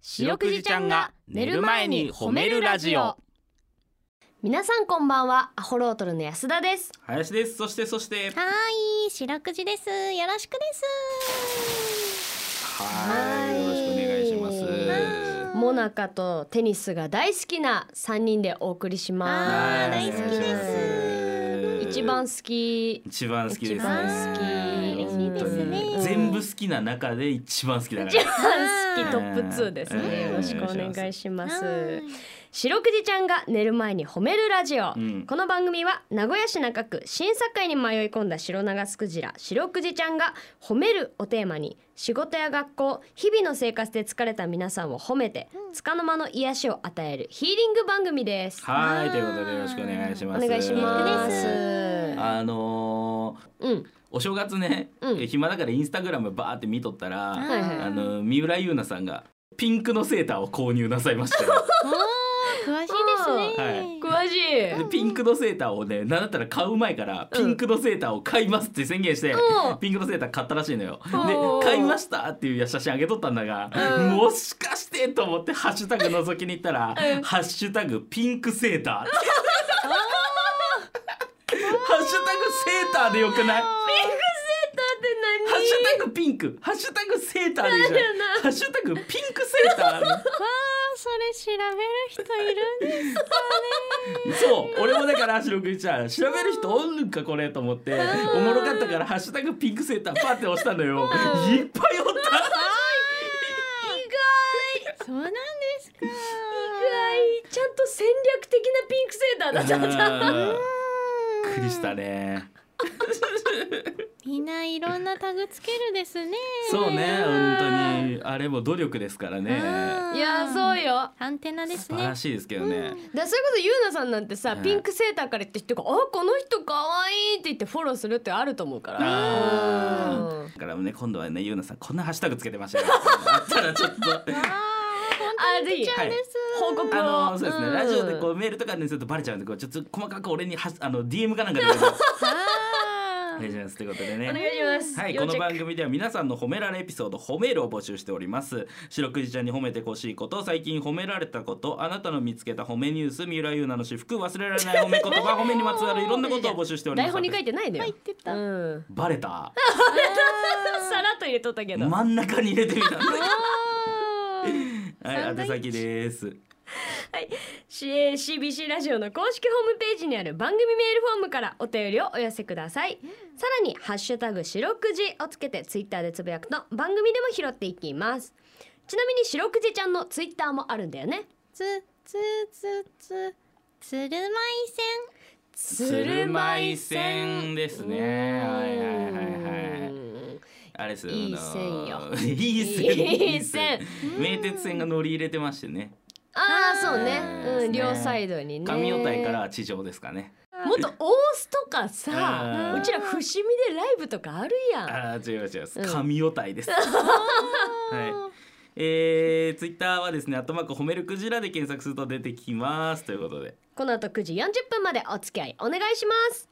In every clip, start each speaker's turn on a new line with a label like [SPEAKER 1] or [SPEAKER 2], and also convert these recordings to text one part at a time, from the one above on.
[SPEAKER 1] 白くじちゃんが寝る前に褒めるラジオ
[SPEAKER 2] 皆さんこんばんはアホロートルの安田です
[SPEAKER 1] 林ですそしてそして
[SPEAKER 3] はーい、白くじです。よろしくです。
[SPEAKER 1] はい
[SPEAKER 2] はい
[SPEAKER 1] よろしくお願いします
[SPEAKER 3] は
[SPEAKER 2] モナカとテニスが大好きな三人でお送りしま
[SPEAKER 1] は
[SPEAKER 2] す
[SPEAKER 1] い
[SPEAKER 3] 大好きです
[SPEAKER 2] 一番好き
[SPEAKER 1] 一番好きですね
[SPEAKER 2] 一番好き嬉しいですね
[SPEAKER 1] 本当に全部好きな中で一番好きだか
[SPEAKER 2] 一番
[SPEAKER 1] ら
[SPEAKER 2] 好きトップ2ですね
[SPEAKER 1] うん
[SPEAKER 2] よろしくお願いしま
[SPEAKER 3] はー
[SPEAKER 2] す
[SPEAKER 3] い
[SPEAKER 2] 白くじちゃんが寝る前に褒めるラジオ、
[SPEAKER 1] うん
[SPEAKER 2] この番組は名古屋市中区審査会に迷い込んだ白長スクジラ白くじちゃんが褒めるをテーマに仕事や学校日々の生活で疲れた皆さんを褒めて束の間の癒しを与えるヒーリング番組です
[SPEAKER 1] はいということでよろしくお願いし
[SPEAKER 2] お
[SPEAKER 1] ます
[SPEAKER 2] 願いしま
[SPEAKER 3] です
[SPEAKER 2] す
[SPEAKER 1] あのー
[SPEAKER 2] うん
[SPEAKER 1] お正月ね、
[SPEAKER 2] うん
[SPEAKER 1] 暇だからインスタグラムバーって見とったら、
[SPEAKER 2] はいはい
[SPEAKER 1] あの三浦優奈さんがピンクのセーターを購入なさいましたよ
[SPEAKER 3] おー詳しいですね。
[SPEAKER 2] 詳しい
[SPEAKER 1] でピンクのセーターをねなんだったら買う前からピンクのセーターを買いますって宣言して、
[SPEAKER 2] うん
[SPEAKER 1] ピンクのセーター買ったらしいのよ。
[SPEAKER 2] おー
[SPEAKER 1] で買いましたっていう写真あげとったんだが、
[SPEAKER 2] うん
[SPEAKER 1] もしかしてと思ってハッシュタグ覗きに行ったら「ハッシュタグピンクセーター」 ハッシュタグセーターでよくない
[SPEAKER 2] ピンクセーターって何
[SPEAKER 1] ハッシュタグピンク、ハッシュタグセーターでいいじゃん。ハッシュタグピンクセーター。
[SPEAKER 3] わあ、それ調べる人いるんです。
[SPEAKER 1] そう、俺もだから白くじちゃん、調べる人おんのかこれと思って、おもろかったからハッシュタグピンクセーターパって押したのよ。いっぱいおった。
[SPEAKER 3] そうなんですか。
[SPEAKER 2] 意外ちゃんと戦略的なピンクセーターだったんだ
[SPEAKER 1] びっくりしたね。
[SPEAKER 3] みんないろんなタグつけるですね。
[SPEAKER 1] そうね、本当にあれも努力ですからね。
[SPEAKER 3] うん
[SPEAKER 2] いやそう。よ
[SPEAKER 3] アンテナで
[SPEAKER 1] 素
[SPEAKER 3] す
[SPEAKER 1] 晴
[SPEAKER 3] ね
[SPEAKER 1] ら。しいですけどね。
[SPEAKER 2] だからそれこそゆうなさんなんてさ、
[SPEAKER 1] はい
[SPEAKER 2] ピンクセーターから言って人が「あこの人かわいい」って言ってフォローするってあると思うから。
[SPEAKER 1] あ
[SPEAKER 2] うん
[SPEAKER 1] ーだからね今度はねゆうなさんこんなハッシュタグつけてましたよ。 あったらちょっと。
[SPEAKER 2] あぜひ
[SPEAKER 1] ちゃんです
[SPEAKER 2] 報告を
[SPEAKER 1] あのそうですね、
[SPEAKER 2] ん
[SPEAKER 1] ラジオでこうメールとかにするとバレちゃうんでこうちょっと細かく俺にはあの DM かなん かでお
[SPEAKER 3] あ
[SPEAKER 1] 願いしますということで
[SPEAKER 2] お願
[SPEAKER 1] ね。
[SPEAKER 2] いします。
[SPEAKER 1] はい、
[SPEAKER 2] 要
[SPEAKER 1] この
[SPEAKER 2] チェック
[SPEAKER 1] 番組では皆さんの褒められエピソード褒めるを募集しております白くじちゃんに褒めてほしいこと最近褒められたことあなたの見つけた褒めニュース三浦優奈の私服忘れられない褒め言葉褒めにまつわるいろんなことを募集しております
[SPEAKER 2] 台本に書いてないのよ。
[SPEAKER 3] 入ってた
[SPEAKER 2] う。ん。
[SPEAKER 1] バレた
[SPEAKER 2] さらっと入れとったけど。
[SPEAKER 1] 真ん中に入れてみたんだ
[SPEAKER 3] あー
[SPEAKER 1] はい宛先です
[SPEAKER 2] はい、C- えー CBC ラジオの公式ホームページにある番組メールフォームからお便りをお寄せください、さらに「ハッシュタグ白くじ」をつけてツイッターでつぶやくと番組でも拾っていきますちなみに白くじちゃんのツイッターもあるんだよね
[SPEAKER 3] つつつつつるまい線
[SPEAKER 1] 鶴舞線ですねはいはいはいはい
[SPEAKER 2] い
[SPEAKER 1] あれですよ
[SPEAKER 2] いい
[SPEAKER 1] あの
[SPEAKER 2] 線よ
[SPEAKER 1] いい線
[SPEAKER 2] いい線
[SPEAKER 1] 名鉄線が乗り入れてましてね
[SPEAKER 2] ああそうね
[SPEAKER 1] そうで
[SPEAKER 2] う
[SPEAKER 1] す
[SPEAKER 2] ん、
[SPEAKER 1] ね
[SPEAKER 2] 両サイドにね
[SPEAKER 1] 上与台からは地上ですかね
[SPEAKER 2] もっと大須とかさ
[SPEAKER 1] うん
[SPEAKER 2] うちら伏見でライブとかあるやん
[SPEAKER 1] あー違う違う
[SPEAKER 2] うん
[SPEAKER 1] 上与台 ですはいえー、ツイッターはですね、アットマーク褒めるクジラで検索すると出てきますということで。
[SPEAKER 2] この後9時40分までお付き合いお願いします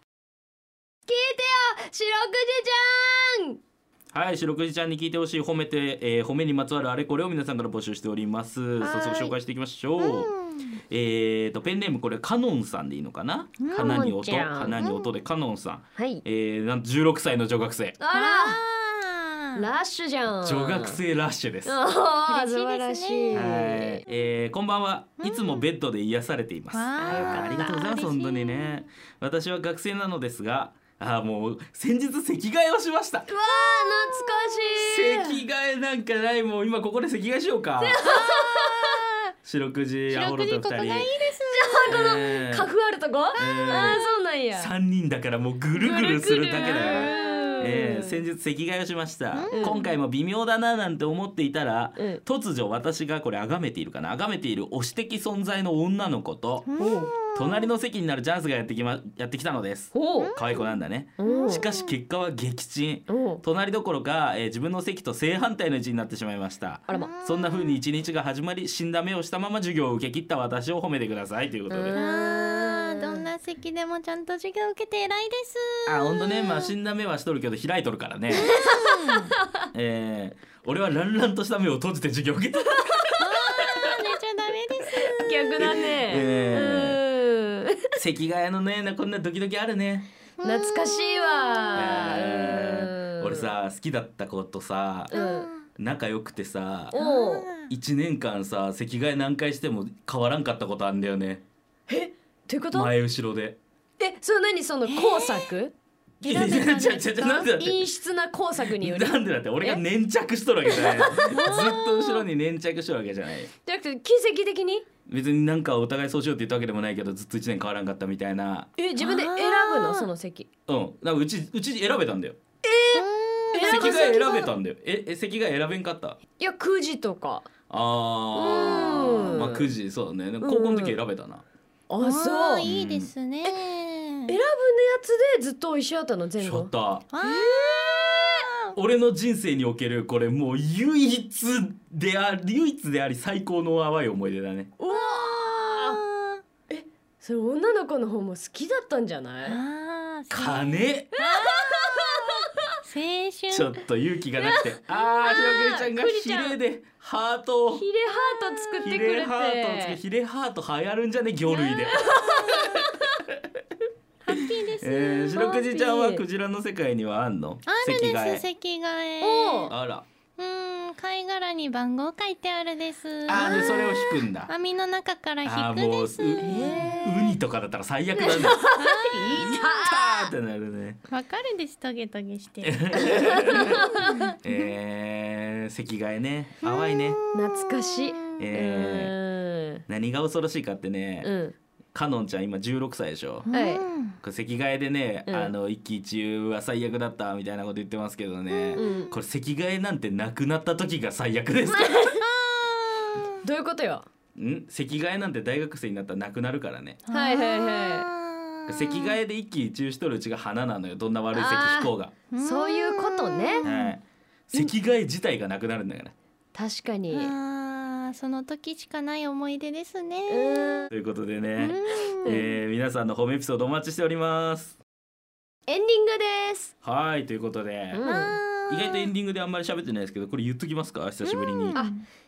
[SPEAKER 2] 聞いてよ白くじちゃん
[SPEAKER 1] はい、白くじちゃんに聞いてほしい褒めて、えー褒めにまつわるあれこれを皆さんから募集しております。
[SPEAKER 2] はー
[SPEAKER 1] 早
[SPEAKER 2] い
[SPEAKER 1] 速紹介していきましょう。えーとペンネームこれカノンさんでいいのかな？花に音、
[SPEAKER 2] カノンちゃん
[SPEAKER 1] 花に音でカノンさん。
[SPEAKER 2] はい
[SPEAKER 1] えー、なんと16歳の女学生。
[SPEAKER 2] あら
[SPEAKER 3] あ
[SPEAKER 2] ラッシュじゃん
[SPEAKER 1] 女学生ラッシュです。はい。
[SPEAKER 2] ああ素晴ら
[SPEAKER 3] 嬉
[SPEAKER 2] し
[SPEAKER 3] し
[SPEAKER 2] い
[SPEAKER 3] いですね
[SPEAKER 1] えー、こんばんは。いつもベッドで癒されています。
[SPEAKER 3] わ
[SPEAKER 1] あ
[SPEAKER 3] ー
[SPEAKER 1] よかったありがとうございます。
[SPEAKER 3] 嬉し
[SPEAKER 1] 本
[SPEAKER 3] い
[SPEAKER 1] 当にね。私は学生なのですが、あーもう先日席替えをしました。
[SPEAKER 2] わあ懐かしい
[SPEAKER 1] 席替えなんかないもう今ここで席替えしよう か。 白くじアホロ
[SPEAKER 3] 白くじ
[SPEAKER 1] と
[SPEAKER 3] ここがいい
[SPEAKER 1] 二
[SPEAKER 3] で
[SPEAKER 1] 人。
[SPEAKER 3] す
[SPEAKER 1] えー
[SPEAKER 2] 花粉あるとこ
[SPEAKER 1] ー
[SPEAKER 2] ああそうなんや
[SPEAKER 1] 三人だからもうぐるぐるするだけだから。えー、
[SPEAKER 2] せ
[SPEAKER 1] 先日席替えをしました、
[SPEAKER 2] うん
[SPEAKER 1] 今回も微妙だななんて思っていたら、
[SPEAKER 2] うん
[SPEAKER 1] 突如私がこれ崇めているかな崇めている推し的存在の女の子と、隣の席になるチャンスがやってきまやってきたのです
[SPEAKER 2] おう
[SPEAKER 1] 可愛い子なんだね
[SPEAKER 2] おう
[SPEAKER 1] しかし結果は撃沈
[SPEAKER 2] おう
[SPEAKER 1] 隣どころか、えー自分の席と正反対の位置になってしまいました
[SPEAKER 2] あらま
[SPEAKER 1] そんな風に一日が始まり死んだ目をしたまま授業を受け切った私を褒めてくださいということで、
[SPEAKER 2] うん
[SPEAKER 3] あーどんな席でもちゃんと授業受けて偉いです
[SPEAKER 1] あ本当ねまあ死んだ目はしとるけど開いとるからね、 えー、俺はランランとした目を閉じて授業を受けた
[SPEAKER 3] あ
[SPEAKER 2] 逆だね、
[SPEAKER 1] え
[SPEAKER 2] うーん
[SPEAKER 1] 席替えのねこんなドキドキあるね、
[SPEAKER 2] 懐かしいわ、
[SPEAKER 1] えー
[SPEAKER 2] うん
[SPEAKER 1] 俺さ好きだった子とさ
[SPEAKER 2] うん
[SPEAKER 1] 仲良くてさ
[SPEAKER 2] おう
[SPEAKER 1] 1年間さ席替え何回しても変わらんかったことあんだよね
[SPEAKER 2] えということ
[SPEAKER 1] 前後ろで。
[SPEAKER 2] えその何その工作、
[SPEAKER 1] い
[SPEAKER 3] な
[SPEAKER 1] や
[SPEAKER 3] ん
[SPEAKER 1] い
[SPEAKER 3] で
[SPEAKER 1] や
[SPEAKER 3] なん
[SPEAKER 1] い
[SPEAKER 3] で
[SPEAKER 1] やちょちょちょなんでだって
[SPEAKER 2] 陰湿な工作により
[SPEAKER 1] なんでだって俺が粘着しとるわけじゃないずっと後ろに粘着しとるわけじゃない
[SPEAKER 2] じゃなくて奇跡的に
[SPEAKER 1] 別になんかお互いそうしようって言ったわけでもないけどずっと1年変わらんかったみたいな
[SPEAKER 2] え自分で選ぶ
[SPEAKER 3] あー
[SPEAKER 2] のその席
[SPEAKER 1] うんなんかうちうち選べたんだよ
[SPEAKER 2] 選
[SPEAKER 1] 席
[SPEAKER 2] ば
[SPEAKER 1] が
[SPEAKER 2] せ
[SPEAKER 1] 選べたんだよええ席が選べんかった
[SPEAKER 2] いや9時とか
[SPEAKER 1] あ
[SPEAKER 2] う
[SPEAKER 1] ー
[SPEAKER 2] ん
[SPEAKER 1] まあ9時そうだね高校の時選べたな
[SPEAKER 2] あそう
[SPEAKER 3] ー
[SPEAKER 2] 選ぶや
[SPEAKER 3] いいですね
[SPEAKER 2] 選つでずっと一緒やったの前
[SPEAKER 1] ちょっ
[SPEAKER 2] 後
[SPEAKER 1] と
[SPEAKER 3] わ
[SPEAKER 1] 俺の人生におけるこれもう唯一であり唯一であり最高の淡い思い出だね
[SPEAKER 2] うわー
[SPEAKER 3] あ
[SPEAKER 2] それ女の子の方も好きだったんじゃない
[SPEAKER 3] あー
[SPEAKER 1] 金
[SPEAKER 3] せ
[SPEAKER 1] ち
[SPEAKER 3] 青
[SPEAKER 1] ょっ
[SPEAKER 3] 春
[SPEAKER 1] と勇気がなく てああ白くりちゃんが
[SPEAKER 2] 栗ちゃん
[SPEAKER 1] ヒレでハートを
[SPEAKER 2] ヒレハート作って
[SPEAKER 1] ヒ
[SPEAKER 2] くれ
[SPEAKER 1] レハートをつけ
[SPEAKER 2] て
[SPEAKER 1] ヒレハート流行るんじゃね魚類で、
[SPEAKER 3] ハッピーです、
[SPEAKER 1] えー、白くじちゃんはクジラの世界にはあんの
[SPEAKER 3] ある
[SPEAKER 1] 席替
[SPEAKER 3] で
[SPEAKER 1] え
[SPEAKER 3] す席替え
[SPEAKER 2] おう
[SPEAKER 1] あら
[SPEAKER 3] うん貝殻に番号書いてあるです
[SPEAKER 1] あーでそれを引くんだ
[SPEAKER 3] 網の中から
[SPEAKER 1] あ
[SPEAKER 3] 引
[SPEAKER 1] ー
[SPEAKER 3] く
[SPEAKER 1] もう
[SPEAKER 3] で
[SPEAKER 1] う
[SPEAKER 3] す
[SPEAKER 1] ウニとかだったら最悪なんだいたー ってなる ね
[SPEAKER 3] わかるですトゲトゲして
[SPEAKER 1] えー、席替えね淡いね
[SPEAKER 2] 懐かしい
[SPEAKER 1] えー何が恐ろしいかってね、
[SPEAKER 2] うんうん
[SPEAKER 1] かのんちゃん今16歳でしょ、
[SPEAKER 2] はい
[SPEAKER 3] うん
[SPEAKER 1] これ席替えでね、
[SPEAKER 2] うん
[SPEAKER 1] あの一喜一憂は最悪だったみたいなこと言ってますけどね、
[SPEAKER 2] うん
[SPEAKER 1] これ席替えなんてなくなった時が最悪ですから
[SPEAKER 2] どういうことよ
[SPEAKER 1] ん席替えなんて大学生になったらなくなるからね
[SPEAKER 2] はいはいは
[SPEAKER 3] は
[SPEAKER 1] 席替えで一喜一憂しとるうちが花なのよどんな悪い席
[SPEAKER 2] あー
[SPEAKER 1] 飛行が、
[SPEAKER 2] いそういうことね
[SPEAKER 1] はい、席替え自体がなくなるんだから、
[SPEAKER 2] 確かに
[SPEAKER 3] あーその時しかない思い出です
[SPEAKER 2] う
[SPEAKER 3] ね。
[SPEAKER 2] ん
[SPEAKER 1] ということでね、えー皆さんのホームエピソードお待ちしております
[SPEAKER 2] エンディングです
[SPEAKER 1] はいということで、
[SPEAKER 2] うん
[SPEAKER 1] 意外とエンディングであんまり喋ってないですけどこれ言っときますか久しぶりに、
[SPEAKER 3] うん
[SPEAKER 2] あ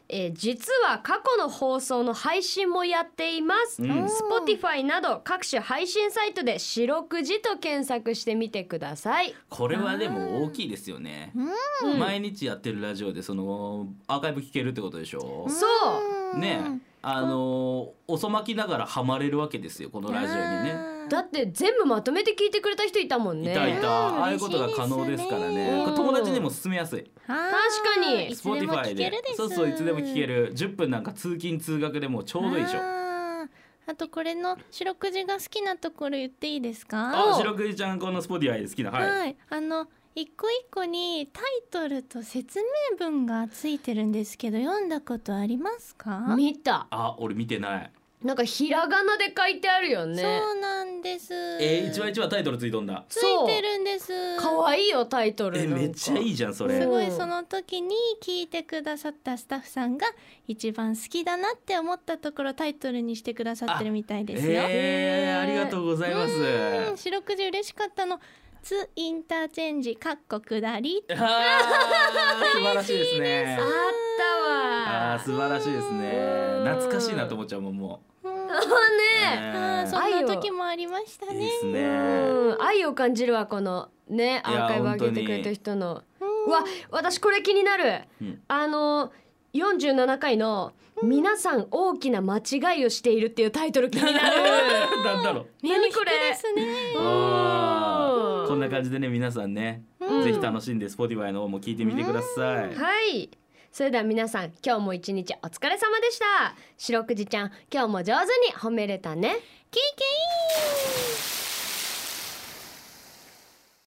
[SPEAKER 2] えー実は過去の放送の配信もやっています、
[SPEAKER 1] うん
[SPEAKER 2] Spotify など各種配信サイトで「白くじ」と検索してみてください
[SPEAKER 1] これはでも大きいですよね、
[SPEAKER 2] うん
[SPEAKER 1] 毎日やってるラジオでそのアーカイブ聞けるってことでしょ、
[SPEAKER 2] そ
[SPEAKER 3] うん
[SPEAKER 1] ねえあのー遅まきながらハマれるわけですよこのラジオにね。
[SPEAKER 3] あー
[SPEAKER 2] だって全部まとめて聞いてくれた人いたもん
[SPEAKER 1] い
[SPEAKER 2] ね
[SPEAKER 1] たいた、
[SPEAKER 3] うん
[SPEAKER 1] ああいうことが可能ですからね
[SPEAKER 2] うん
[SPEAKER 1] これ友達にも勧めやすい
[SPEAKER 3] あ
[SPEAKER 2] 確かに
[SPEAKER 3] ーいつでも聞
[SPEAKER 1] Spotify
[SPEAKER 3] け
[SPEAKER 1] で
[SPEAKER 3] るです
[SPEAKER 1] そうそういつでも聞ける10分なんか通勤通学でもうちょうどいいでしょ
[SPEAKER 3] あーあとこれの白くじが好きなところ言っていいですか
[SPEAKER 1] あ白くじちゃんこの Spotify で好きなはい、
[SPEAKER 3] はいあの一個一個にタイトルと説明文がついてるんですけど読んだことありますか、
[SPEAKER 2] 見た
[SPEAKER 1] あ俺見てない
[SPEAKER 2] なんかひらがなで書いてあるよね
[SPEAKER 3] そうなんです
[SPEAKER 1] えー、一話一話タイトルついとんだ
[SPEAKER 3] ついてるんです
[SPEAKER 2] 可愛いよタイトル
[SPEAKER 1] え
[SPEAKER 2] なんか
[SPEAKER 1] めっちゃいいじゃんそ
[SPEAKER 3] す
[SPEAKER 1] れ
[SPEAKER 3] ごいその時に聞いてくださったスタッフさんが一番好きだなって思ったところをタイトルにしてくださってるみたいですよ。
[SPEAKER 1] えー、ありがとうございます
[SPEAKER 3] うん、四六時嬉しかったの。ツインターチェンジかっこ下り。
[SPEAKER 1] あー素晴らしいですね
[SPEAKER 2] あったわ
[SPEAKER 1] あー素晴らしいですね
[SPEAKER 2] うん
[SPEAKER 1] 懐かしいなと思っちゃうもんも
[SPEAKER 3] うん、
[SPEAKER 2] あ
[SPEAKER 3] あ
[SPEAKER 1] う、
[SPEAKER 2] ね
[SPEAKER 3] ーそんな時もありました
[SPEAKER 1] いいで
[SPEAKER 3] ね。
[SPEAKER 1] すね
[SPEAKER 2] うん愛を感じるわこのねア
[SPEAKER 1] いや
[SPEAKER 2] ーカイブ上げてくれた人の
[SPEAKER 3] うん
[SPEAKER 2] うわ私これ気になる、
[SPEAKER 1] うん
[SPEAKER 2] あの47回の「皆さん大きな間違いをしている」っていうタイトル気に なる
[SPEAKER 1] なんだろう
[SPEAKER 2] 何これ
[SPEAKER 3] 身を引くですね。
[SPEAKER 1] あー
[SPEAKER 2] うん
[SPEAKER 1] こんな感じでね皆さんね、
[SPEAKER 2] うん
[SPEAKER 1] ぜひ楽しんで Spotify の方も聞いてみてください、
[SPEAKER 2] はいそれでは皆さん今日も一日お疲れ様でした白くじちゃん今日も上手に褒めれたね
[SPEAKER 3] キーキー。